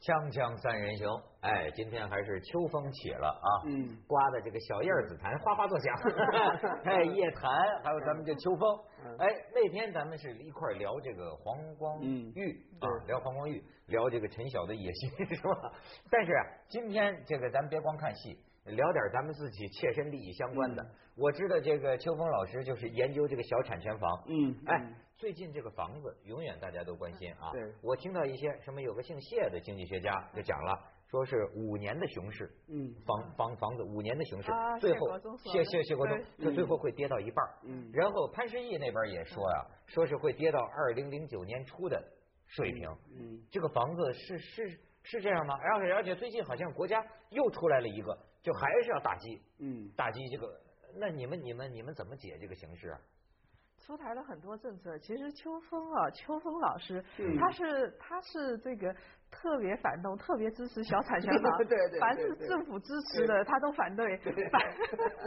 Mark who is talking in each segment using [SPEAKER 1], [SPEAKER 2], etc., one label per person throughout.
[SPEAKER 1] 锵锵三人行，哎，今天还是秋风起了啊，
[SPEAKER 2] 嗯
[SPEAKER 1] 刮的这个小叶紫檀哗哗作响，哎，夜檀，还有咱们这秋风，哎，那天咱们是一块儿聊这个黄光裕、
[SPEAKER 2] 嗯
[SPEAKER 1] 啊，聊黄光裕，聊这个陈晓的野心是吧？ 但是啊今天这个咱们别光看戏，聊点咱们自己切身利益相关的。我知道这个秋风老师就是研究这个小产权房，
[SPEAKER 2] 嗯
[SPEAKER 1] 哎，最近这个房子永远大家都关心啊。
[SPEAKER 2] 对
[SPEAKER 1] 我听到一些什么有个姓谢的经济学家就讲了，说是五年的熊市，
[SPEAKER 2] 嗯
[SPEAKER 1] 房房房子五年的熊市，
[SPEAKER 3] 啊
[SPEAKER 1] 最
[SPEAKER 3] 谢
[SPEAKER 1] 后
[SPEAKER 3] 国忠说
[SPEAKER 1] 谢
[SPEAKER 3] 的
[SPEAKER 1] 谢谢国忠
[SPEAKER 2] 对
[SPEAKER 1] 说最
[SPEAKER 2] 嗯
[SPEAKER 1] 后会跌到一半儿
[SPEAKER 2] 嗯
[SPEAKER 1] 然后潘石屹那边也说呀、说是会跌到二零零九年初的水平。
[SPEAKER 2] 嗯
[SPEAKER 1] 这个房子是是是这样吗？而且而且最近好像国家又出来了一个，就还是要打击
[SPEAKER 2] 嗯
[SPEAKER 1] 打击这个。那你们你们你们怎么解这个形势啊？
[SPEAKER 3] 出台了很多政策。其实秋风啊，秋风老师，
[SPEAKER 2] 嗯，
[SPEAKER 3] 他是他是这个特别反动，特别支持小产权房
[SPEAKER 2] 对对对
[SPEAKER 3] 凡是
[SPEAKER 2] 对
[SPEAKER 3] 政府支持的他都反对，反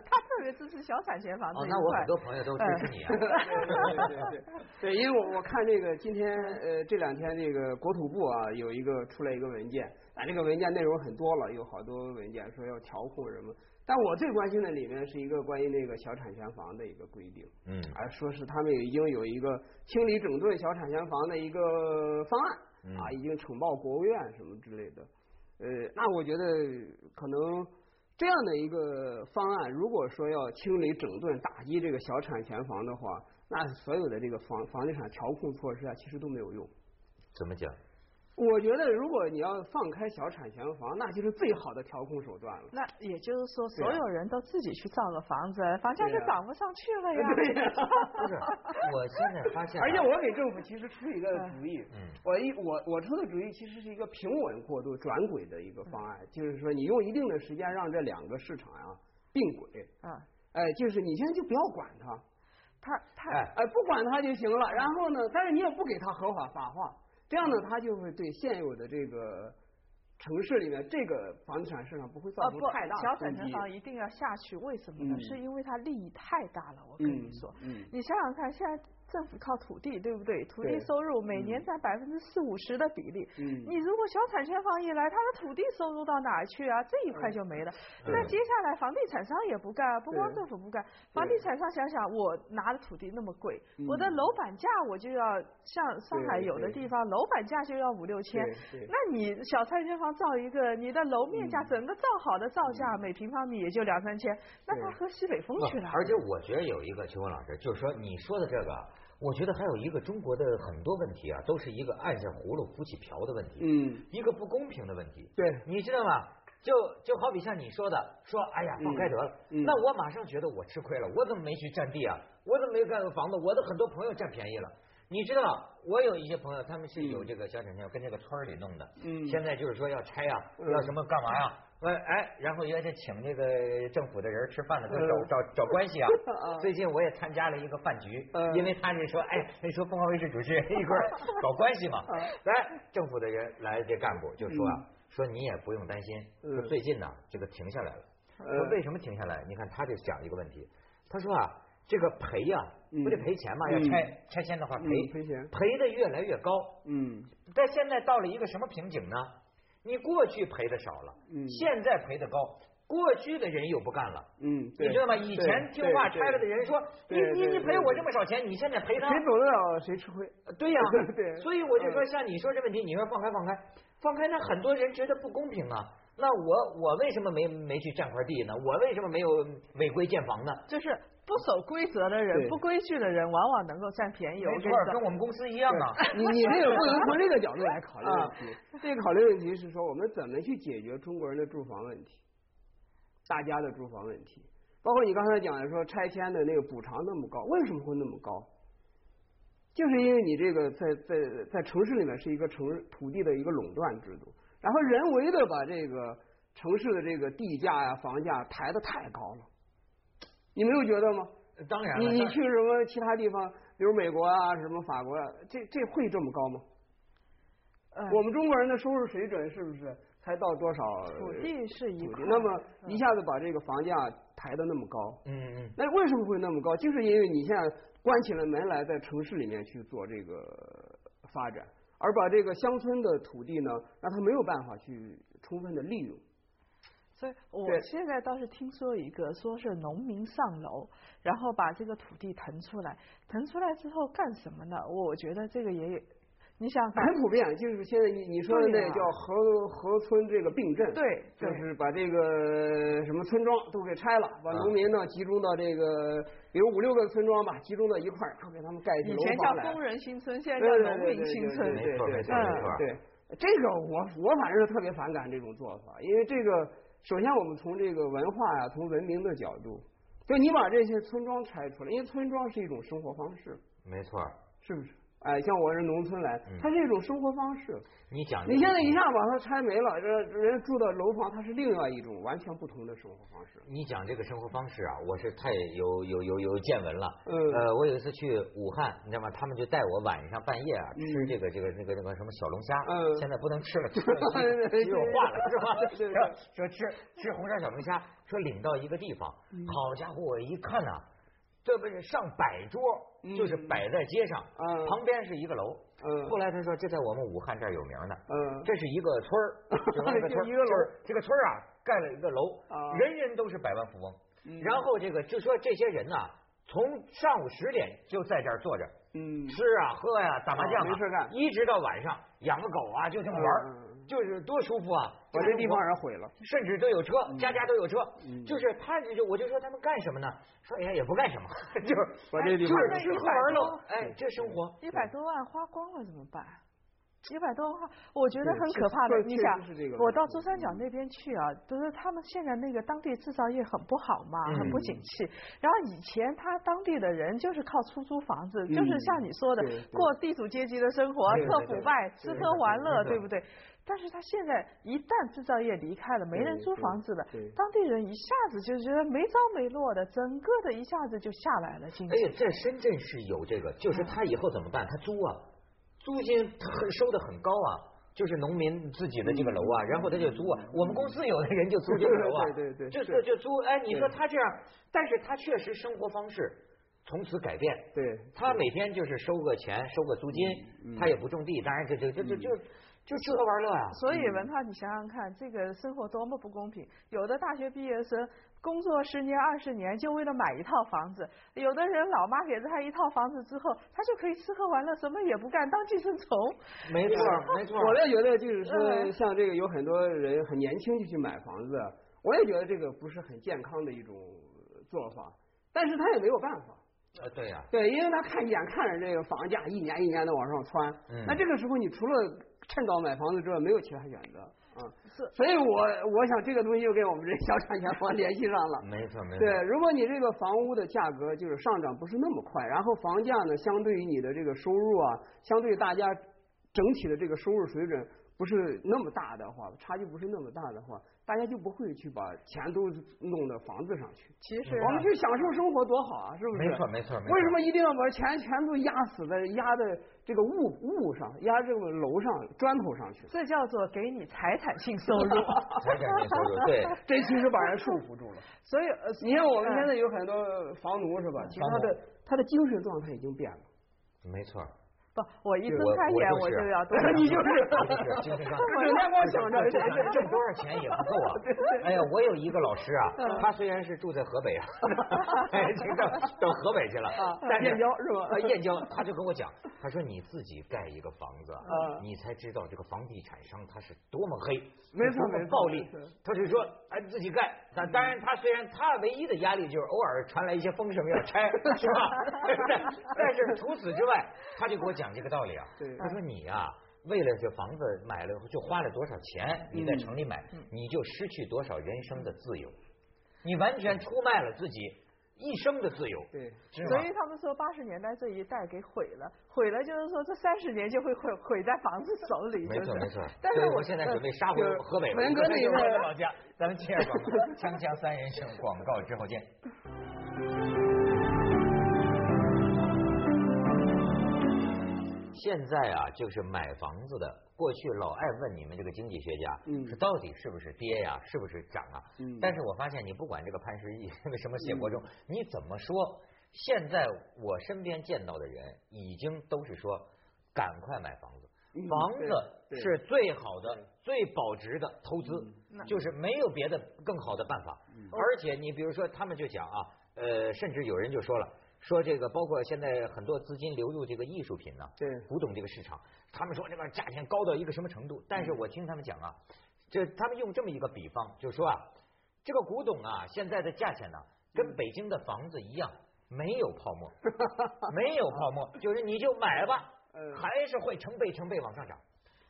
[SPEAKER 3] 他特别支持小产权房
[SPEAKER 1] 哦
[SPEAKER 3] 这，一
[SPEAKER 1] 那我
[SPEAKER 3] 块。
[SPEAKER 1] 很多朋友都支持你啊。
[SPEAKER 2] 对对对，对，因为我我看这个今天呃这两天这个国土部啊有一个出来一个文件，啊这个文件内容很多了，有好多文件说要调控什么，但我最关心的里面是一个关于那个小产权房的一个规定，
[SPEAKER 1] 嗯
[SPEAKER 2] 啊说是他们已经有一个清理整顿小产权房的一个方
[SPEAKER 1] 嗯
[SPEAKER 2] 案啊，已经呈报国务院什么之类的，呃那我觉得可能。这样的一个方案，如果说要清理整顿、打击这个小产权房的话，那所有的这个房房地产调控措施啊，其实都没有用。
[SPEAKER 1] 怎么讲？
[SPEAKER 2] 我觉得，如果你要放开小产权房，那就是最好的调控手段了。
[SPEAKER 3] 那也就是说，
[SPEAKER 2] 对啊
[SPEAKER 3] 所有人都自己去造个房子，房价就
[SPEAKER 2] 对啊
[SPEAKER 3] 涨不上去了 呀。
[SPEAKER 2] 对呀、
[SPEAKER 1] 不是，我现在发现啊、
[SPEAKER 2] 而且我给政府其实出一个主意，
[SPEAKER 1] 嗯
[SPEAKER 2] 我一我我出的主意其实是一个平稳过渡转轨的一个方
[SPEAKER 3] 嗯
[SPEAKER 2] 案，就是说你用一定的时间让这两个市场啊并轨，
[SPEAKER 3] 啊，
[SPEAKER 2] 哎，就是你现在就不要管它，
[SPEAKER 3] 他他呃
[SPEAKER 1] 哎，
[SPEAKER 2] 哎，不管他就行了。然后呢，但是你也不给他合法发话，这样呢，他就会对现有的这个城市里面这个房地产市场不会造
[SPEAKER 3] 啊
[SPEAKER 2] 成
[SPEAKER 3] 不
[SPEAKER 2] 太大，
[SPEAKER 3] 小
[SPEAKER 2] 的
[SPEAKER 3] 产
[SPEAKER 2] 冲
[SPEAKER 3] 权
[SPEAKER 2] 击。
[SPEAKER 3] 房一定要下去，为什么呢？
[SPEAKER 2] 嗯
[SPEAKER 3] 是因为它利益太大了，我跟你说，
[SPEAKER 2] 嗯嗯
[SPEAKER 3] 你想想看，现在。政府靠土地，对不对？土地
[SPEAKER 2] 对
[SPEAKER 3] 收入每年占百分之四五十的比例。
[SPEAKER 2] 嗯
[SPEAKER 3] 你如果小产权房一来，它的土地收入到哪儿去啊？这一块就没了。
[SPEAKER 1] 嗯
[SPEAKER 3] 那接下来房地产商也不干啊，不光
[SPEAKER 2] 对
[SPEAKER 3] 政府不干，房地产商想想，我拿的土地那么贵，
[SPEAKER 2] 嗯
[SPEAKER 3] 我的楼板价我就要像上海
[SPEAKER 2] 对
[SPEAKER 3] 有的
[SPEAKER 2] 对
[SPEAKER 3] 地方楼板价就要五六千
[SPEAKER 2] 对对，
[SPEAKER 3] 那你小产权房造一个，你的楼面
[SPEAKER 2] 嗯
[SPEAKER 3] 价整个造好的造价每平方米也就两三千，那它
[SPEAKER 2] 对哦
[SPEAKER 3] 喝西北风去了。
[SPEAKER 1] 而且我觉得有一个邱文老师，就是说你说的这个，我觉得还有一个中国的很多问题啊，都是一个按下葫芦浮起瓢的问题，
[SPEAKER 2] 嗯，
[SPEAKER 1] 一个不公平的问题。
[SPEAKER 2] 对
[SPEAKER 1] 你知道吗？就就好比像你说的，说哎呀放开得了，
[SPEAKER 2] 嗯嗯
[SPEAKER 1] 那我马上觉得我吃亏了，我怎么没去占地啊？我怎么没盖个房子？我的很多朋友占便宜了。你知道，我有一些朋友，他们是有这个小产权，跟这个村儿里弄的。
[SPEAKER 2] 嗯
[SPEAKER 1] 现在就是说要拆啊，
[SPEAKER 2] 嗯
[SPEAKER 1] 要什么干嘛呀、哎哎，然后也得请这个政府的人吃饭的时候
[SPEAKER 2] 嗯
[SPEAKER 1] 找找找关 系啊
[SPEAKER 2] 啊。
[SPEAKER 1] 最近我也参加了一个饭局，
[SPEAKER 2] 嗯
[SPEAKER 1] 因为他是说，哎，那说凤凰卫视主持人 一 块儿搞关系嘛。
[SPEAKER 2] 嗯
[SPEAKER 1] 来，政府的人来这干部就说啊，说你也不用担心，
[SPEAKER 2] 嗯
[SPEAKER 1] 说最近呢这个停下来了。
[SPEAKER 2] 呃
[SPEAKER 1] 说为什么停下来？你看他就讲一个问题，他说啊，这个赔呀、
[SPEAKER 2] 嗯
[SPEAKER 1] 不得赔钱嘛，
[SPEAKER 2] 嗯
[SPEAKER 1] 要拆拆迁的话赔
[SPEAKER 2] 嗯赔钱
[SPEAKER 1] 赔的越来越高。
[SPEAKER 2] 嗯
[SPEAKER 1] 但现在到了一个什么瓶颈呢？你过去赔的少了，
[SPEAKER 2] 嗯
[SPEAKER 1] 现在赔的高，过去的人又不干了。
[SPEAKER 2] 嗯，对
[SPEAKER 1] 你知道吗？以前听话拆了的人说，你
[SPEAKER 2] 对对
[SPEAKER 1] 你你
[SPEAKER 2] 对
[SPEAKER 1] 赔我这么少钱，你现在赔他
[SPEAKER 2] 谁走得了谁吃亏。
[SPEAKER 1] 对呀、
[SPEAKER 2] 对嗯
[SPEAKER 1] 所以我就说，像你说这问题，你说放开放开放开，那很多人觉得不公平啊。那我我为什么没没去占块地呢？我为什么没有违规建房呢？
[SPEAKER 3] 就是不守规则的人
[SPEAKER 2] 对、
[SPEAKER 3] 不规矩的人，往往能够占便宜。我
[SPEAKER 1] 没
[SPEAKER 3] 跟你
[SPEAKER 1] 错，
[SPEAKER 3] 说
[SPEAKER 1] 跟，我们公司一样啊。
[SPEAKER 2] 你你这个不能从这个角度来考虑问题
[SPEAKER 3] 啊，
[SPEAKER 2] 这个考虑问题是说我们怎么去解决中国人的住房问题，大家的住房问题，包括你刚才讲的说拆迁的那个补偿那么高，为什么会那么高？就是因为你这个在在在城市里面是一个城土地的一个垄断制度，然后人为的把这个城市的这个地价呀、房价抬得太高了，你没有觉得吗？
[SPEAKER 1] 当然
[SPEAKER 2] 你
[SPEAKER 1] 了，
[SPEAKER 2] 你去什么其他地方，比如美国啊，什么法国啊，这这会这么高吗？
[SPEAKER 3] 呃
[SPEAKER 2] 我们中国人的收入水准是不是才到多少呃
[SPEAKER 3] 土地是一
[SPEAKER 2] 土地
[SPEAKER 3] 块嗯
[SPEAKER 2] 那么一下子把这个房价抬得那么高，
[SPEAKER 1] 嗯嗯，
[SPEAKER 2] 那为什么会那么高？就是因为你现在关起了门来在城市里面去做这个发展，而把这个乡村的土地呢，让它没有办法去充分的利用。
[SPEAKER 3] 所以我
[SPEAKER 2] 对
[SPEAKER 3] 现在倒是听说一个，说是农民上楼，然后把这个土地腾出来，腾出来之后干什么呢？我觉得这个也有，你想想看，
[SPEAKER 2] 很普遍，就是现在你你说的
[SPEAKER 3] 对
[SPEAKER 2] 那
[SPEAKER 3] 呀
[SPEAKER 2] 叫河河村这个并镇，
[SPEAKER 3] 对
[SPEAKER 2] 就
[SPEAKER 3] 对
[SPEAKER 2] 是把这个什么村庄都给拆了，把
[SPEAKER 1] 啊
[SPEAKER 2] 农民呢集中到这个，比如五六个村庄吧，集中到一块儿，然后给他们盖起
[SPEAKER 3] 以
[SPEAKER 2] 楼
[SPEAKER 3] 前
[SPEAKER 2] 房
[SPEAKER 3] 叫
[SPEAKER 2] 来
[SPEAKER 3] 工。人新村，现在
[SPEAKER 2] 对对
[SPEAKER 3] 叫
[SPEAKER 2] 对
[SPEAKER 3] 农
[SPEAKER 2] 对
[SPEAKER 3] 民新
[SPEAKER 2] 对
[SPEAKER 3] 村。
[SPEAKER 2] 对
[SPEAKER 1] 没错
[SPEAKER 2] 对
[SPEAKER 1] 没错
[SPEAKER 2] 对
[SPEAKER 3] 没
[SPEAKER 1] 错
[SPEAKER 2] 对，这个我我反正是特别反感这种做法，因为这个首先我们从这个文化呀、从文明的角度，就你把这些村庄拆出来，因为村庄是一种生活方式，
[SPEAKER 1] 没错儿，
[SPEAKER 2] 是不是？哎，像我是农村来
[SPEAKER 1] 嗯，
[SPEAKER 2] 它是一种生活方式。
[SPEAKER 1] 你讲这
[SPEAKER 2] 你现在
[SPEAKER 1] 个
[SPEAKER 2] 一下把它拆没了，这这人住到楼房，它是另外一种完全不同的生活方式。
[SPEAKER 1] 你讲这个生活方式啊，我是太有有有有见闻了。
[SPEAKER 2] 嗯
[SPEAKER 1] 呃，我有一次去武汉，你知道吗？他们就带我晚上半夜啊
[SPEAKER 2] 嗯
[SPEAKER 1] 吃这个这个那个那个什么小龙虾。
[SPEAKER 2] 嗯
[SPEAKER 1] 现在不能吃了，吃了肌肉化了是吧？
[SPEAKER 2] 对对对
[SPEAKER 1] 说吃吃红烧小龙虾，说领到一个地方，好家伙，我一看呐、这不是上百桌，就是
[SPEAKER 2] 嗯
[SPEAKER 1] 摆在街上，
[SPEAKER 2] 嗯
[SPEAKER 1] 旁边是一个楼。
[SPEAKER 2] 嗯
[SPEAKER 1] 后来他说这在我们武汉这儿有名呢。
[SPEAKER 2] 嗯，
[SPEAKER 1] 这是一个村儿，只能一个村儿，
[SPEAKER 2] 就一个楼
[SPEAKER 1] 就是这个村儿啊，盖了一个楼，
[SPEAKER 2] 啊
[SPEAKER 1] 人人都是百万富翁。
[SPEAKER 2] 嗯
[SPEAKER 1] 然后这个就说这些人呐、从上午十点就在这儿坐着
[SPEAKER 2] 嗯
[SPEAKER 1] 吃啊、喝呀、打麻将啊，
[SPEAKER 2] 啊没事干
[SPEAKER 1] 一直到晚上养个狗啊，就这么玩儿
[SPEAKER 2] 嗯嗯，
[SPEAKER 1] 就是多舒服啊！
[SPEAKER 2] 把
[SPEAKER 1] 个
[SPEAKER 2] 这地方人毁了。
[SPEAKER 1] 甚至都有车，家家都有车，
[SPEAKER 2] 嗯
[SPEAKER 1] 就是他就我就说他们干什么呢？说哎呀也不干什么， 就是
[SPEAKER 2] 把这地方
[SPEAKER 1] 就是
[SPEAKER 3] 那
[SPEAKER 1] 吃
[SPEAKER 3] 一
[SPEAKER 1] 喝
[SPEAKER 3] 百
[SPEAKER 1] 玩乐
[SPEAKER 3] 多，
[SPEAKER 1] 哎，这生活
[SPEAKER 3] 一百多万花光了怎么办？一百多万花，我觉得
[SPEAKER 2] 对
[SPEAKER 3] 很
[SPEAKER 2] 确
[SPEAKER 3] 可怕的。
[SPEAKER 2] 确
[SPEAKER 3] 你
[SPEAKER 2] 确
[SPEAKER 3] 想
[SPEAKER 2] 实是这个，问
[SPEAKER 3] 我到
[SPEAKER 2] 题
[SPEAKER 3] 珠三角那边去啊，就是他们现在那个当地制造业很不好嘛，
[SPEAKER 2] 嗯
[SPEAKER 3] 很不景气。然后以前他当地的人就是靠出租房子，就是
[SPEAKER 2] 嗯
[SPEAKER 3] 像你说的
[SPEAKER 2] 对对
[SPEAKER 3] 过地主阶级的生活，
[SPEAKER 2] 对对
[SPEAKER 3] 特
[SPEAKER 2] 对
[SPEAKER 3] 腐败，吃喝玩乐，
[SPEAKER 1] 没错
[SPEAKER 3] 对不对？但是他现在一旦制造业离开了，没人
[SPEAKER 2] 对
[SPEAKER 3] 租
[SPEAKER 2] 对
[SPEAKER 3] 房子了
[SPEAKER 2] 对，
[SPEAKER 3] 当地人一下子就觉得没着没落的，整个的一下子就下来
[SPEAKER 2] 嗯
[SPEAKER 3] 了经济
[SPEAKER 1] 而。且哎在深圳是有这个，就是他以后怎么办？他租啊，租金他很收的很高啊，就是农民自己的这个楼啊，然后他就租啊。我们公司有的人就租这个楼啊，
[SPEAKER 2] 嗯 对对对
[SPEAKER 1] 就是就就租。哎，你说
[SPEAKER 2] 对
[SPEAKER 1] 他这样，但是他确实生活方式从此改变。
[SPEAKER 2] 对，嗯
[SPEAKER 1] 他每天就是收个钱，收个租金，他也不种地，当然这这这这就就吃喝玩乐啊。
[SPEAKER 3] 所以文涛，你想想看，这个生活多么不公平！有的大学毕业生工作十年、二十年，就为了买一套房子；有的人老妈给了他一套房子之后，他就可以吃喝玩乐，什么也不干，当寄生虫。
[SPEAKER 1] 没错儿，没错儿。
[SPEAKER 2] 我倒觉得就是说，
[SPEAKER 3] 嗯
[SPEAKER 2] 像这个有很多人很年轻就去买房子，我也觉得这个不是很健康的一种做法，但是他也没有办法。
[SPEAKER 1] 呃对呀，
[SPEAKER 2] 对，啊因为他看眼看着这个房价一年一年的往上窜，
[SPEAKER 1] 嗯
[SPEAKER 2] 那这个时候你除了趁早买房子之外，没有其他选择啊。
[SPEAKER 3] 是
[SPEAKER 2] 所以我我想这个东西又跟我们这小产权房联系上了。
[SPEAKER 1] 没错没错。
[SPEAKER 2] 对，如果你这个房屋的价格就是上涨不是那么快，然后房价呢，相对于你的这个收入啊，相对于大家整体的这个收入水准不是那么大的话，差距不是那么大的话，大家就不会去把钱都弄到房子上去。
[SPEAKER 3] 其实
[SPEAKER 2] 我们去享受生活多好啊，是不是？
[SPEAKER 1] 没错没错没错
[SPEAKER 2] 为什么一定要把钱全部压死在压在这个物物上，压这个楼上砖头上去？
[SPEAKER 3] 这叫做给你财产性收入。
[SPEAKER 1] 财产性收入 对。
[SPEAKER 2] 这其实把人束缚 住了。
[SPEAKER 3] 所以呃，
[SPEAKER 2] 你看我们
[SPEAKER 3] 嗯
[SPEAKER 2] 现在有很多哎房奴是吧？其实他的他的精神状态已经变了。
[SPEAKER 1] 没错儿，
[SPEAKER 3] 不，我一睁
[SPEAKER 1] 对我
[SPEAKER 3] 开
[SPEAKER 1] 我
[SPEAKER 3] 眼
[SPEAKER 1] 就是。
[SPEAKER 3] 我就要多
[SPEAKER 2] 你就是
[SPEAKER 1] 我 就是精神 上。
[SPEAKER 2] 整天光想着
[SPEAKER 1] 这这挣多少钱也不够啊！哎呀，我有一个老师啊，
[SPEAKER 2] 嗯
[SPEAKER 1] 他虽然是住在河北 啊， 哎就到到河北去了，但是
[SPEAKER 2] 啊燕郊是吧
[SPEAKER 1] 啊燕郊，他就跟我讲，他说你自己盖一个房子，
[SPEAKER 2] 嗯
[SPEAKER 1] 你才知道这个房地产商他是多么黑，
[SPEAKER 2] 没错
[SPEAKER 1] 是 多么
[SPEAKER 2] 没错
[SPEAKER 1] 暴力
[SPEAKER 2] 没错。
[SPEAKER 1] 他就说，哎，你自己盖。但当然，他虽然他唯一的压力就是偶尔传来一些风声要拆，是 吧？但但是除此之外，他就给我讲这个道理啊
[SPEAKER 2] 对。
[SPEAKER 1] 他说你呀、为了这房子买了就花了多少钱，你在
[SPEAKER 3] 嗯
[SPEAKER 1] 城里买，你就失去多少人生的自由，你完全出卖了自己一生的自由，
[SPEAKER 2] 对，
[SPEAKER 1] 是吗
[SPEAKER 3] 所以他们说八十年代这一代给毁了，毁了就是说这三十年就会毁毁在房子手里，
[SPEAKER 1] 没
[SPEAKER 3] 就
[SPEAKER 1] 错
[SPEAKER 3] 是。
[SPEAKER 1] 没错，
[SPEAKER 3] 但是
[SPEAKER 1] 所以
[SPEAKER 3] 我呃
[SPEAKER 1] 我现在准备杀回
[SPEAKER 2] 就是
[SPEAKER 1] 河北了。
[SPEAKER 2] 文革那一
[SPEAKER 1] 就是我
[SPEAKER 2] 代
[SPEAKER 1] 的老家，咱们接着广告，锵锵三人行广告之后见。现在啊，就是买房子的，过去老爱问你们这个经济学家，
[SPEAKER 2] 嗯
[SPEAKER 1] 是到底是不是跌呀、是不是涨啊？
[SPEAKER 2] 嗯
[SPEAKER 1] 但是我发现你不管这个潘石屹，那个什么谢国忠，你怎么说？现在我身边见到的人已经都是说赶快买房子。
[SPEAKER 2] 嗯
[SPEAKER 1] 房子
[SPEAKER 2] 对对
[SPEAKER 1] 是最好的
[SPEAKER 2] 对、
[SPEAKER 1] 最保值的投资
[SPEAKER 3] 嗯那，
[SPEAKER 1] 就是没有别的更好的办法。
[SPEAKER 2] 嗯哦
[SPEAKER 1] 而且你比如说，他们就讲啊，呃，甚至有人就说了，说这个包括现在很多资金流入这个艺术品呢、
[SPEAKER 2] 对
[SPEAKER 1] 古董这个市场，他们说这个价钱高到一个什么程度？但是我听他们讲啊，这他们用这么一个比方，就说啊，这个古董啊，现在的价钱呢、
[SPEAKER 2] 嗯
[SPEAKER 1] 跟北京的房子一样，没有泡 沫，没有泡沫，就是你就买吧
[SPEAKER 2] 嗯，
[SPEAKER 1] 还是会成倍成倍往上涨。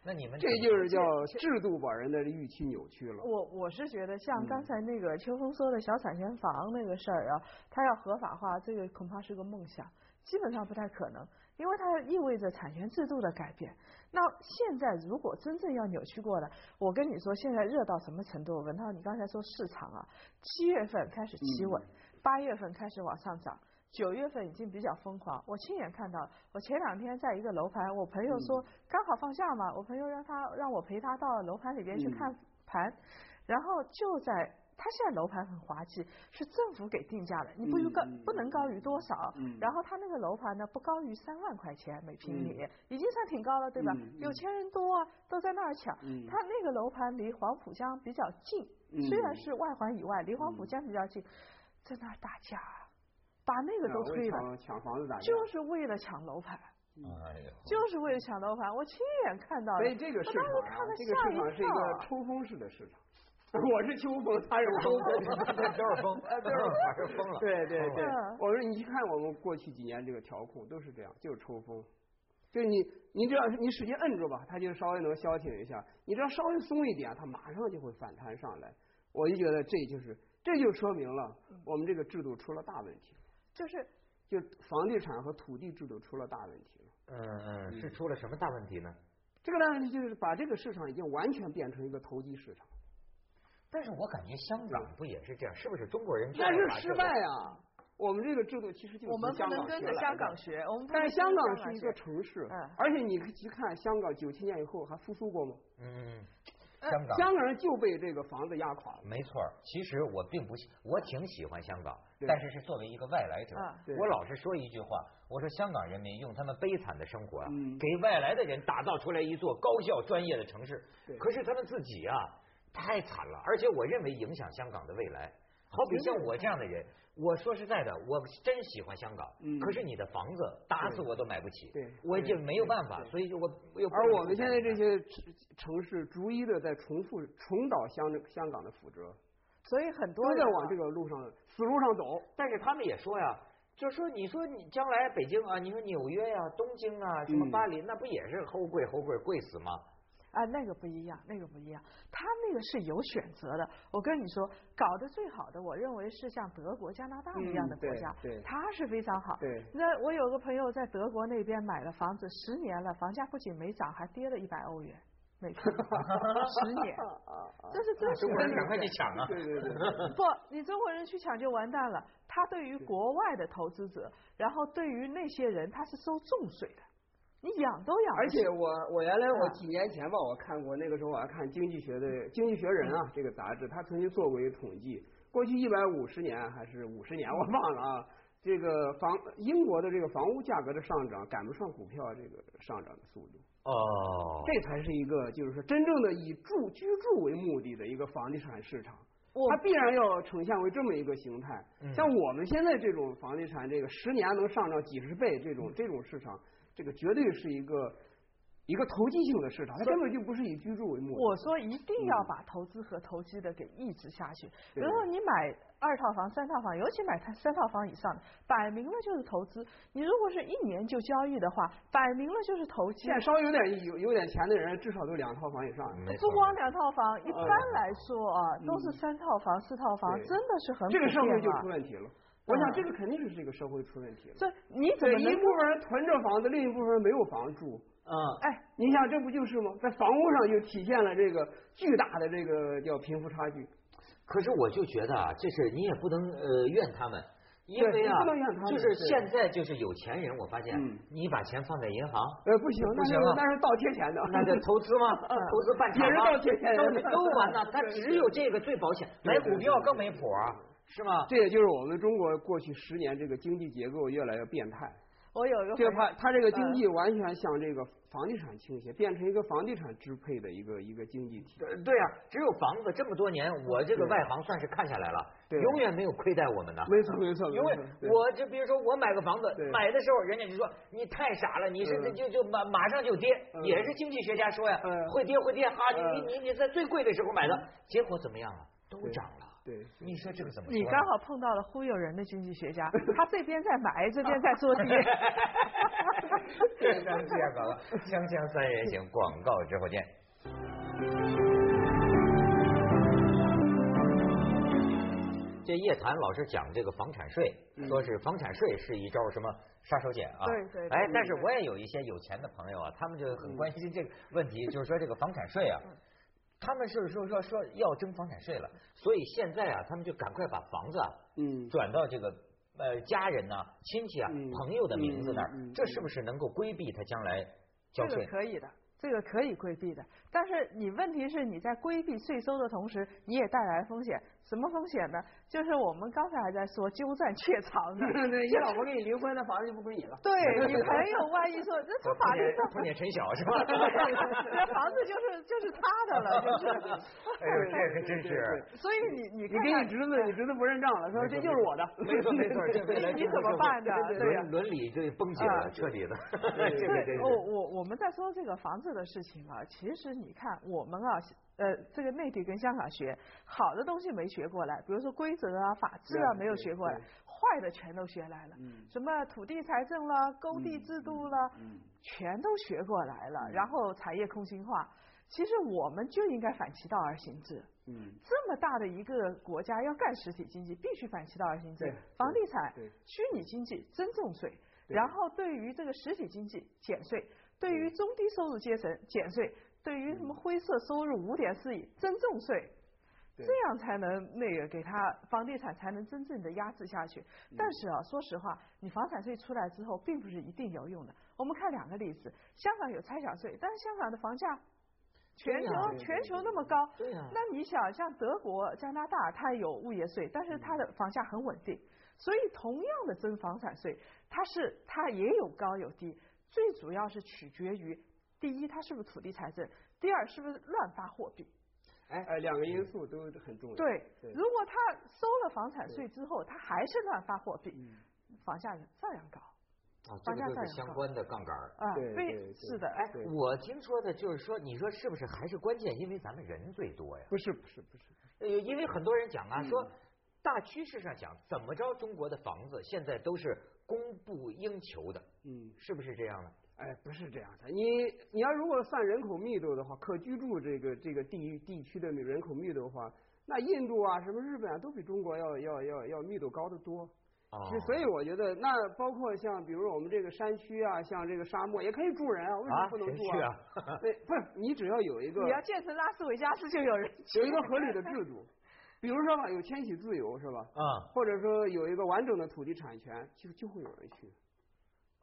[SPEAKER 1] 那你们
[SPEAKER 2] 这就是叫制度把人的预期扭曲了。嗯
[SPEAKER 3] 我我是觉得像刚才那个秋风说的小产权房那个事儿啊，它要合法化，这个恐怕是个梦想，基本上不太可能，因为它意味着产权制度的改变。那现在如果真正要扭曲过来，我跟你说，现在热到什么程度？文涛，你刚才说市场啊，七月份开始企稳，
[SPEAKER 2] 嗯
[SPEAKER 3] 八月份开始往上涨。九月份已经比较疯狂，我亲眼看到了。我前两天在一个楼盘，我朋友说
[SPEAKER 2] 嗯
[SPEAKER 3] 刚好放假嘛，我朋友让他让我陪他到楼盘里边去
[SPEAKER 2] 嗯
[SPEAKER 3] 看盘，然后就在他现在楼盘很滑稽，是政府给定价的，你不
[SPEAKER 2] 嗯
[SPEAKER 3] 能高、
[SPEAKER 2] 嗯
[SPEAKER 3] 不能高于多少，
[SPEAKER 2] 嗯
[SPEAKER 3] 然后他那个楼盘呢不高于三万块钱每平米，已经算挺高了，对吧？
[SPEAKER 2] 嗯嗯嗯
[SPEAKER 3] 有钱人多啊，都在那儿抢。
[SPEAKER 2] 嗯
[SPEAKER 3] 他那个楼盘离黄浦江比较近，
[SPEAKER 2] 嗯
[SPEAKER 3] 虽然是外环以外，离黄浦江比较近，在那儿打架，把那个都
[SPEAKER 2] 啊为
[SPEAKER 3] 推了，
[SPEAKER 2] 抢哦抢房子打架，
[SPEAKER 3] 就是为了抢楼盘。
[SPEAKER 1] 哎呦，
[SPEAKER 3] 就是为了抢楼盘，我亲眼看到的。
[SPEAKER 2] 所以这个市
[SPEAKER 3] 我当时
[SPEAKER 2] 场啊
[SPEAKER 3] 看了，
[SPEAKER 2] 这个
[SPEAKER 3] 吓
[SPEAKER 2] 市场是一
[SPEAKER 3] 跳
[SPEAKER 2] 个抽风式的市场。 我是秋风，他是
[SPEAKER 1] 都
[SPEAKER 2] 秋风。
[SPEAKER 1] 都是疯，都是疯 了。
[SPEAKER 2] 对对对
[SPEAKER 3] 疯了，
[SPEAKER 2] 我说你去看我们过去几年这个调控都是这样，就是抽风，就是你你只要你使劲摁住吧，它就稍微能消停一下，你只要稍微松一点，它马上就会反弹上来。我就觉得这就是这就说明了我们这个制度出了大问题，
[SPEAKER 3] 就是
[SPEAKER 2] 就房地产和土地制度出了大问题了。
[SPEAKER 1] 嗯嗯，是出了什么大问题呢？
[SPEAKER 2] 这个大问题就是把这个市场已经完全变成一个投机市场，
[SPEAKER 1] 但是我感觉香港不也是这样？是不是中国人？
[SPEAKER 2] 但是失败啊！我们这个制度其实就是
[SPEAKER 3] 我们
[SPEAKER 2] 从香
[SPEAKER 3] 不能
[SPEAKER 2] 港
[SPEAKER 3] 跟
[SPEAKER 2] 学
[SPEAKER 3] 着
[SPEAKER 2] 来
[SPEAKER 3] 香
[SPEAKER 2] 的
[SPEAKER 3] 港学，我们不能
[SPEAKER 2] 但
[SPEAKER 3] 跟
[SPEAKER 2] 是
[SPEAKER 3] 着
[SPEAKER 2] 香港
[SPEAKER 3] 港
[SPEAKER 2] 是一
[SPEAKER 3] 学
[SPEAKER 2] 个城市，
[SPEAKER 3] 嗯
[SPEAKER 2] 而且你去看香港九七年以后还复苏过吗？
[SPEAKER 1] 嗯，香港
[SPEAKER 2] 香港人就被这个房子压垮了。
[SPEAKER 1] 没错儿，其实我并不喜，我挺喜欢香港，
[SPEAKER 2] 对
[SPEAKER 1] 但是是作为一个外来者
[SPEAKER 3] 啊，
[SPEAKER 2] 对
[SPEAKER 1] 我老是说一句话，我说香港人民用他们悲惨的生活啊，
[SPEAKER 2] 嗯
[SPEAKER 1] 给外来的人打造出来一座高效专业的城市
[SPEAKER 2] 对，
[SPEAKER 1] 可是他们自己啊太惨了，而且我认为影响香港的未来。好比像我这样的人，我说实在的，我真喜欢香港，
[SPEAKER 2] 嗯
[SPEAKER 1] 可是你的房子打死我都买不起，
[SPEAKER 2] 对
[SPEAKER 1] 我就没有办法，
[SPEAKER 2] 对
[SPEAKER 1] 所以就我我又不
[SPEAKER 2] 而
[SPEAKER 1] 能
[SPEAKER 2] 我们
[SPEAKER 1] 去
[SPEAKER 2] 现
[SPEAKER 1] 买
[SPEAKER 2] 在这
[SPEAKER 1] 它
[SPEAKER 2] 些城城市逐一的在重复重蹈香香港的覆辙，
[SPEAKER 3] 所以很
[SPEAKER 2] 都
[SPEAKER 3] 多人
[SPEAKER 2] 在
[SPEAKER 3] 啊
[SPEAKER 2] 往这个路上死路上走。
[SPEAKER 1] 但是他们也说呀，就说你说你将来北京啊，你说纽约呀、东京啊，什么
[SPEAKER 2] 嗯
[SPEAKER 1] 巴黎，那不也是齁贵齁贵贵死吗？
[SPEAKER 3] 啊，那个不一样，那个不一样，他那个是有选择的。我跟你说，搞得最好的，我认为是像德国、加拿大那样的
[SPEAKER 2] 嗯
[SPEAKER 3] 国
[SPEAKER 2] 对
[SPEAKER 3] 家，
[SPEAKER 2] 对
[SPEAKER 3] 它是非常好。
[SPEAKER 2] 对
[SPEAKER 3] 那我有个朋友在德国那边买了房子，十年了，房价不仅没涨，还跌了一百欧元每 平，十年，这
[SPEAKER 2] 啊
[SPEAKER 3] 是真实
[SPEAKER 1] 中国人
[SPEAKER 3] 的
[SPEAKER 1] 赶快去抢啊！
[SPEAKER 2] 对对对，
[SPEAKER 3] 不，你中国人去抢就完蛋了。他对于国外的投资者，然后对于那些人，他是收重税的，你养都养不
[SPEAKER 2] 而
[SPEAKER 3] 起。
[SPEAKER 2] 且我我原来我
[SPEAKER 3] 啊
[SPEAKER 2] 几年前吧，我看过那个时候我还看经济学的《经济学人啊》这个杂志，他曾经做过一个统计，过去一百五十年还是五十年我忘了啊，这个房英国的这个房屋价格的上涨赶不上股票这个上涨的速度，
[SPEAKER 1] 哦，
[SPEAKER 2] 这才是一个就是说真正的以住居住为目的的一个房地产市场。
[SPEAKER 3] 我
[SPEAKER 2] 它必然要呈现为这么一个形态
[SPEAKER 1] 嗯。
[SPEAKER 2] 像我们现在这种房地产，这个十年能上涨几十倍这
[SPEAKER 3] 嗯
[SPEAKER 2] 种这种市场，这个绝对是一个一个投机性的市场，它根本就不是以居住为目的。
[SPEAKER 3] 我说一定要把投资和投机的给抑制下去。
[SPEAKER 2] 对
[SPEAKER 3] 然后你买二套房、三套房，尤其买它三套房以上的，摆明了就是投资。你如果是一年就交易的话，摆明了就是投机
[SPEAKER 2] 现。在稍微有点有有点钱的人，至少都两套房以上。
[SPEAKER 1] 没
[SPEAKER 3] 不
[SPEAKER 1] 错
[SPEAKER 3] 光两套房，一般来说啊，
[SPEAKER 2] 嗯
[SPEAKER 3] 都是三套房、四套房，
[SPEAKER 2] 对
[SPEAKER 3] 真的是很
[SPEAKER 2] 这个
[SPEAKER 3] 普
[SPEAKER 2] 社会
[SPEAKER 3] 遍
[SPEAKER 2] 就
[SPEAKER 3] 啊
[SPEAKER 2] 出问题了。我想这个肯定是这个社会出问题了。
[SPEAKER 3] 所以你嗯怎
[SPEAKER 2] 对，
[SPEAKER 3] 么
[SPEAKER 2] 一
[SPEAKER 3] 能
[SPEAKER 2] 部分人囤着房子，另一部分人没有房住。
[SPEAKER 1] 嗯，
[SPEAKER 3] 哎？
[SPEAKER 2] 你想，这不就是吗？在房屋上就体现了这个巨大的这个叫贫富差距。
[SPEAKER 1] 可是我就觉得啊，这是你也不能呃怨他们，因
[SPEAKER 2] 对
[SPEAKER 1] 为啊
[SPEAKER 2] 你不能怨他，们
[SPEAKER 1] 就是
[SPEAKER 2] 对
[SPEAKER 1] 现在就是有钱人，我发现
[SPEAKER 2] 嗯
[SPEAKER 1] 你把钱放在银行，
[SPEAKER 2] 呃，不行，
[SPEAKER 1] 不
[SPEAKER 2] 那是
[SPEAKER 1] 行啊
[SPEAKER 2] 那是倒贴钱的，
[SPEAKER 1] 那 叫投资吗？投资办厂吗？
[SPEAKER 2] 嗯也是到贴钱
[SPEAKER 1] 都 都完了，他只有这个最保险，
[SPEAKER 2] 对
[SPEAKER 1] 买
[SPEAKER 2] 对
[SPEAKER 1] 股票更没谱啊，是吗？
[SPEAKER 2] 这也就是我们中国过去十年这个经济结构越来越变态。
[SPEAKER 3] 我有一个
[SPEAKER 2] 这个
[SPEAKER 3] 朋友
[SPEAKER 2] 它它这个经
[SPEAKER 3] 嗯
[SPEAKER 2] 济完全向这个房地产倾斜，变成一个房地产支配的一个一个经济体。
[SPEAKER 1] 对对啊，只有房子这么多年，我这个外行算是看下来了，
[SPEAKER 2] 对
[SPEAKER 1] 永远没有亏待我们的。
[SPEAKER 2] 没错没 错，没
[SPEAKER 1] 因为
[SPEAKER 2] 错对
[SPEAKER 1] 我就比如说我买个房子
[SPEAKER 2] 对，
[SPEAKER 1] 买的时候人家就说你太傻了，你是
[SPEAKER 2] 嗯
[SPEAKER 1] 就就马马上就跌，
[SPEAKER 2] 嗯
[SPEAKER 1] 也是经济学家说呀
[SPEAKER 2] 嗯，
[SPEAKER 1] 会跌会跌哈，你
[SPEAKER 2] 嗯
[SPEAKER 1] 你你你在最贵的时候买的，结果怎么样啊？都
[SPEAKER 2] 对
[SPEAKER 1] 涨了。
[SPEAKER 2] 对
[SPEAKER 1] 你说这个怎么说呢？
[SPEAKER 3] 你刚好碰到了忽悠人的经济学家，他这边在买，这边在 做跌。
[SPEAKER 1] 对，咱 们这样搞了，锵锵三人行，广告之后见。这叶檀老师讲这个房产税，
[SPEAKER 2] 嗯
[SPEAKER 1] 说是房产税是一招什么杀手锏啊？
[SPEAKER 3] 对对
[SPEAKER 1] 哎，
[SPEAKER 3] 对
[SPEAKER 1] 但是
[SPEAKER 3] 对嗯
[SPEAKER 1] 我也有一些有钱的朋友啊，他们就很关心这个问题，就是说这个房产税啊，他们是说说说要征房产税了，所以现在啊，他们就赶快把房子啊
[SPEAKER 2] 嗯，
[SPEAKER 1] 转到这个呃家人呐、亲戚啊、
[SPEAKER 2] 嗯
[SPEAKER 1] 朋友的名字那儿，
[SPEAKER 2] 嗯嗯嗯
[SPEAKER 1] 这是不是能够规避他将来交
[SPEAKER 3] 这个
[SPEAKER 1] 税？
[SPEAKER 3] 可以的，这个可以规避的。但是你问题是你在规避税收的同时，你也带来风险。什么风险呢？就是我们刚才还在说鸠占鹊 巢呢。
[SPEAKER 2] 对，你老婆跟你离婚，那房子就不归你了。
[SPEAKER 3] 对你朋友万一说，那
[SPEAKER 1] 我碰
[SPEAKER 3] 从法律
[SPEAKER 1] 见
[SPEAKER 3] 上，
[SPEAKER 1] 碰见陈晓是吧？
[SPEAKER 3] 这房子就是就是他的了，就是。
[SPEAKER 1] 哎呦，这个真是。
[SPEAKER 3] 所以你你
[SPEAKER 2] 你
[SPEAKER 3] 看
[SPEAKER 2] 跟
[SPEAKER 3] 看
[SPEAKER 2] 你侄子，你侄子不认账了，说这就是我的。
[SPEAKER 1] 没错没错，这未 来
[SPEAKER 3] 你
[SPEAKER 1] 中国
[SPEAKER 3] 怎么
[SPEAKER 1] 社会
[SPEAKER 3] 办呢
[SPEAKER 1] 伦
[SPEAKER 3] 对呀
[SPEAKER 1] 伦理就崩解了，
[SPEAKER 3] 啊
[SPEAKER 1] 彻底的。
[SPEAKER 2] 对
[SPEAKER 1] 这个
[SPEAKER 3] 对，
[SPEAKER 1] 真
[SPEAKER 3] 我
[SPEAKER 1] 是。
[SPEAKER 3] 我我们在说这个房子的事情啊，其实你看我们啊，呃，这个内地跟香港学好的东西没学过来，比如说规则啊、法治啊
[SPEAKER 2] 对
[SPEAKER 3] 没有
[SPEAKER 2] 对
[SPEAKER 3] 学过来
[SPEAKER 2] 对，
[SPEAKER 3] 坏的全都学来了，
[SPEAKER 2] 嗯
[SPEAKER 3] 什么土地财政啦、勾地制度啦，
[SPEAKER 2] 嗯
[SPEAKER 3] 全都学过来了，然后产业空心化。其实我们就应该反其道而行之。
[SPEAKER 2] 嗯，
[SPEAKER 3] 这么大的一个国家要干实体经济，必须反其道而行之
[SPEAKER 2] 对。
[SPEAKER 3] 房地产
[SPEAKER 2] 对、
[SPEAKER 3] 虚拟经济增重税，
[SPEAKER 2] 对
[SPEAKER 3] 然后对于这个实体经济减税，对于中低收入阶层减税，对于什
[SPEAKER 2] 嗯
[SPEAKER 3] 么灰色收入五点四亿增重税。
[SPEAKER 2] 对
[SPEAKER 3] 这样才能那个给他房地产才能真正的压制下去。
[SPEAKER 2] 嗯
[SPEAKER 3] 但是啊，说实话，你房产税出来之后，并不是一定有用的。我们看两个例子，香港有拆享税，但是香港的房价全
[SPEAKER 1] 对
[SPEAKER 3] 球
[SPEAKER 1] 呀
[SPEAKER 2] 对
[SPEAKER 3] 全
[SPEAKER 2] 对
[SPEAKER 3] 球
[SPEAKER 2] 对
[SPEAKER 3] 那么高，
[SPEAKER 1] 对呀
[SPEAKER 3] 那你想，像德国、加拿大，它有物业税，但
[SPEAKER 2] 嗯
[SPEAKER 3] 是它的房价很稳定，所以同样的征房产税，它是它也有高有低，最主要是取决于第一，它是不是土地财政；第二，是不是乱发货币。
[SPEAKER 2] 哎，两个因素都很重要。
[SPEAKER 3] 对，
[SPEAKER 2] 对
[SPEAKER 3] 如果他收了房产税之后，他还是乱发货币，
[SPEAKER 2] 嗯
[SPEAKER 3] 房价照样高
[SPEAKER 1] 啊，这
[SPEAKER 3] 房价
[SPEAKER 1] 个都
[SPEAKER 3] 再也
[SPEAKER 1] 是
[SPEAKER 3] 高
[SPEAKER 1] 相关的杠杆儿。
[SPEAKER 3] 啊。
[SPEAKER 2] 对
[SPEAKER 3] 非
[SPEAKER 2] 对对
[SPEAKER 3] 是的，
[SPEAKER 1] 哎
[SPEAKER 2] 对，
[SPEAKER 1] 我听说的就是说，你说是不是还是关键？因为咱们人最多呀。
[SPEAKER 2] 不是不是不是，
[SPEAKER 1] 呃，因为很多人讲啊，
[SPEAKER 2] 嗯
[SPEAKER 1] 说大趋势上讲，怎么着中国的房子现在都是供不应求的，
[SPEAKER 2] 嗯，
[SPEAKER 1] 是不是这样呢？
[SPEAKER 2] 哎，不是这样的。你你要如果算人口密度的话，可居住这个这个地域地区的人口密度的话，那印度啊，什么日本啊，都比中国要要要要密度高得多。
[SPEAKER 1] 哦
[SPEAKER 2] 其实所以我觉得，那包括像比如我们这个山区啊，像这个沙漠也可以住人啊，为什么
[SPEAKER 1] 啊，
[SPEAKER 2] 不能
[SPEAKER 1] 谁
[SPEAKER 2] 住
[SPEAKER 1] 去
[SPEAKER 2] 啊？
[SPEAKER 1] 啊？
[SPEAKER 2] 对，不是你只要有一个
[SPEAKER 3] 你要建成拉斯维加斯就有人
[SPEAKER 2] 有一个合理的制度，比如说吧，有迁徙自由是吧？
[SPEAKER 1] 啊，
[SPEAKER 2] 或者说有一个完整的土地产权，就就会有人去。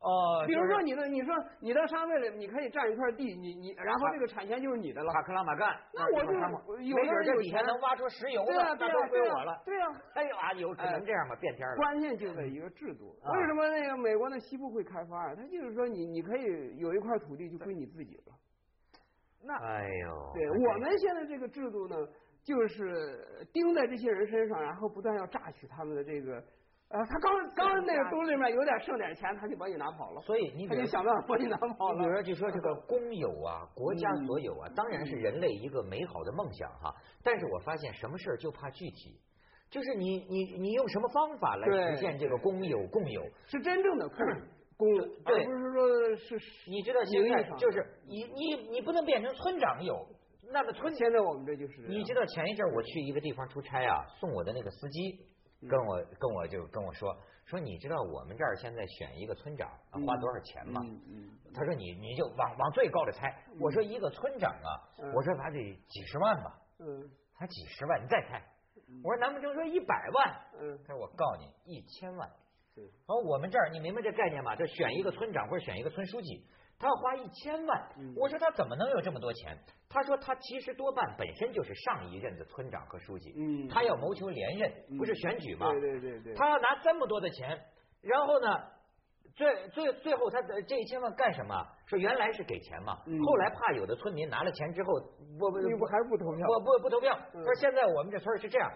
[SPEAKER 1] 哦，
[SPEAKER 2] 比如
[SPEAKER 1] 就是
[SPEAKER 2] 说你的，你说你的沙漠里，你可以占一块地，你你，然后
[SPEAKER 1] 啊
[SPEAKER 2] 这个产权就是你的了。
[SPEAKER 1] 塔克拉玛干，
[SPEAKER 2] 那
[SPEAKER 1] 儿
[SPEAKER 2] 我
[SPEAKER 1] 一块
[SPEAKER 2] 就
[SPEAKER 1] 沙漠
[SPEAKER 2] 我有
[SPEAKER 1] 没
[SPEAKER 2] 的
[SPEAKER 1] 准儿
[SPEAKER 2] 人
[SPEAKER 1] 这
[SPEAKER 2] 有
[SPEAKER 1] 底下
[SPEAKER 2] 钱
[SPEAKER 1] 能挖出石油
[SPEAKER 2] 对啊，
[SPEAKER 1] 呢，
[SPEAKER 2] 对
[SPEAKER 1] 那
[SPEAKER 2] 啊，
[SPEAKER 1] 都归
[SPEAKER 2] 对
[SPEAKER 1] 我
[SPEAKER 2] 啊
[SPEAKER 1] 了。
[SPEAKER 2] 对啊。
[SPEAKER 1] 哎呦啊，有可能这样吧，变天儿了。
[SPEAKER 2] 关键就在一个制度。
[SPEAKER 1] 啊
[SPEAKER 2] 为什么那个美国的西部会开发啊？它就是说你你可以有一块土地就归你自己了。那
[SPEAKER 1] 哎呦，
[SPEAKER 2] 对我们现在这个制度呢，就是盯在这些人身上，然后不断要榨取他们的这个，呃，他刚刚那个兜里面有点剩点钱，他就把你拿跑了，
[SPEAKER 1] 所以你
[SPEAKER 2] 他
[SPEAKER 1] 比
[SPEAKER 2] 就
[SPEAKER 1] 如
[SPEAKER 2] 想办法把你拿跑
[SPEAKER 1] 你比如
[SPEAKER 2] 了。
[SPEAKER 1] 说，
[SPEAKER 2] 嗯
[SPEAKER 1] 就说这个公有啊，国家所有啊，当然是人类一个美好的梦想哈。但是我发现什么事儿就怕具体，就是你你你用什么方法来
[SPEAKER 2] 对
[SPEAKER 1] 实现这个公有共有？
[SPEAKER 2] 是真正的控 制公，
[SPEAKER 1] 对
[SPEAKER 2] 而不是说是是。
[SPEAKER 1] 你知道现在
[SPEAKER 2] 名义上
[SPEAKER 1] 就是你你你不能变成村长有，那么村
[SPEAKER 2] 现在我们这就是啊这样
[SPEAKER 1] 你知道前一阵儿我去一个地方出差啊，送我的那个司机
[SPEAKER 2] 嗯
[SPEAKER 1] 跟我跟我就跟我说说，你知道我们这儿现在选一个村长、啊花多少钱吗？
[SPEAKER 2] 嗯嗯，
[SPEAKER 1] 他说你你就往往最高的猜，我说一个村长啊，
[SPEAKER 2] 嗯
[SPEAKER 1] 我说他得几十万吧，
[SPEAKER 2] 嗯
[SPEAKER 1] 他几十万，你再猜
[SPEAKER 2] 嗯，
[SPEAKER 1] 我说难不成说一百万？
[SPEAKER 2] 嗯
[SPEAKER 1] 他说我告你一千万。
[SPEAKER 2] 对
[SPEAKER 1] 然后我们这儿你明白这概念吗？就选一个村长或者选一个村书记，他要花一千万
[SPEAKER 2] 嗯。
[SPEAKER 1] 我说他怎么能有这么多钱？他说他其实多半本身就是上一任的村长和书记，
[SPEAKER 2] 嗯，
[SPEAKER 1] 他要谋求连任，不是选举吗？
[SPEAKER 2] 对对对对，
[SPEAKER 1] 他要拿这么多的钱，然后呢，最最最后他的这一千万干什么？说原来是给钱嘛，
[SPEAKER 2] 嗯
[SPEAKER 1] 后来怕有的村民拿了钱之后，我不
[SPEAKER 2] 你不还不投票？
[SPEAKER 1] 我不不投票。
[SPEAKER 2] 嗯
[SPEAKER 1] 他说现在我们这村儿是这样，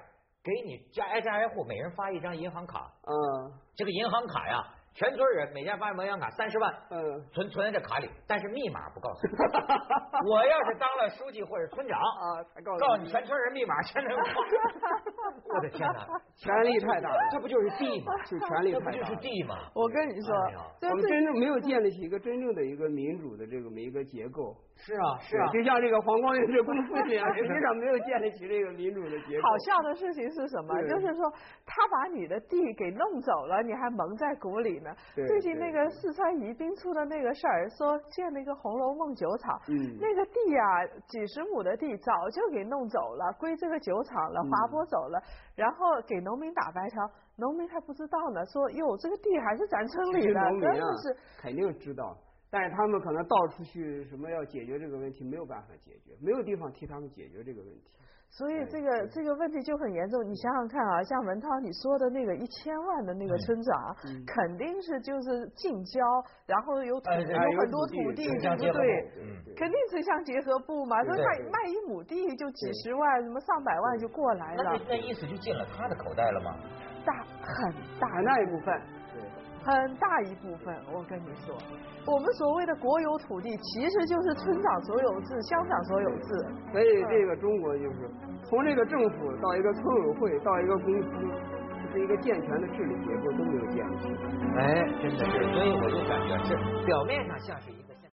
[SPEAKER 1] 给你家挨家挨户每人发一张银行卡，
[SPEAKER 2] 嗯
[SPEAKER 1] 这个银行卡呀，全村人每家发一张银行卡三十万，
[SPEAKER 2] 嗯
[SPEAKER 1] 存存在这卡里，但是密码不告诉 你。我要是当了书记或者村长，
[SPEAKER 2] 啊，才告
[SPEAKER 1] 告
[SPEAKER 2] 诉
[SPEAKER 1] 诉你
[SPEAKER 2] 你，
[SPEAKER 1] 全村人密码全能发。 我的天哪，
[SPEAKER 2] 权力太大了，
[SPEAKER 1] 这不就是地吗？
[SPEAKER 2] 就 权力
[SPEAKER 1] 这
[SPEAKER 2] 太
[SPEAKER 1] 不就
[SPEAKER 2] 大
[SPEAKER 1] 是
[SPEAKER 2] 了。
[SPEAKER 1] 地嗯吗？
[SPEAKER 3] 我跟你说
[SPEAKER 1] 哎呀，
[SPEAKER 3] 这
[SPEAKER 2] 我们
[SPEAKER 3] 这
[SPEAKER 2] 真正没有建立起一个真正的一个民主的这个一个结构，
[SPEAKER 1] 是啊，是啊。
[SPEAKER 2] 对就像这个黄光裕这功夫这样，啊实际上没有建立起这个民主的结构。
[SPEAKER 3] 好笑的事情是什么？
[SPEAKER 2] 对
[SPEAKER 3] 就是说，他把你的地给弄走了，你还蒙在鼓里呢。
[SPEAKER 2] 对
[SPEAKER 3] 最近那个
[SPEAKER 2] 对
[SPEAKER 3] 四川宜宾出的那个事儿，说建了一个《红楼梦》酒厂，
[SPEAKER 2] 嗯
[SPEAKER 3] 那个地啊，几十亩的地早就给弄走了，归这个酒厂了，划
[SPEAKER 2] 嗯
[SPEAKER 3] 拨走了，然后给农民打白条，农民还不知道呢，说哟，这个地还是咱村
[SPEAKER 2] 其
[SPEAKER 3] 里
[SPEAKER 2] 实
[SPEAKER 3] 的，
[SPEAKER 2] 农民
[SPEAKER 3] 真
[SPEAKER 2] 啊
[SPEAKER 3] 的是。
[SPEAKER 2] 肯定知道，但是他们可能到处去什么要解决这个问题，没有办法解决，没有地方替他们解决这个问题。
[SPEAKER 3] 所以
[SPEAKER 2] 对
[SPEAKER 3] 这个这个问题就很严重。你想想看啊，像文涛你说的那个一千万的那个村长，啊
[SPEAKER 2] 嗯
[SPEAKER 3] 肯定是就是近郊，然后有土、
[SPEAKER 1] 哎对
[SPEAKER 3] 有很多
[SPEAKER 2] 土
[SPEAKER 3] 土地，
[SPEAKER 1] 城
[SPEAKER 3] 对
[SPEAKER 1] 乡
[SPEAKER 3] 不
[SPEAKER 1] 结合
[SPEAKER 3] 对
[SPEAKER 1] 部？嗯
[SPEAKER 2] 对
[SPEAKER 3] 肯定城乡结合部嘛，
[SPEAKER 2] 对
[SPEAKER 3] 说
[SPEAKER 2] 对
[SPEAKER 3] 卖
[SPEAKER 2] 对
[SPEAKER 3] 卖一亩地就几十万，什么上百万就过来
[SPEAKER 1] 那
[SPEAKER 3] 了
[SPEAKER 1] 就，那意思就进了他的口袋了吗？
[SPEAKER 3] 大很大
[SPEAKER 2] 很大一部分，对，
[SPEAKER 3] 很大一部分，我跟你说，我们所谓的国有土地，其实就是村长所有制、乡长所有制。
[SPEAKER 2] 所以这个中国就是从这个政府到一个村委会到一个公司，就是一个健全的治理结构都没有建立起来。
[SPEAKER 1] 哎，真的是，所以我就感觉是表面上像是一个。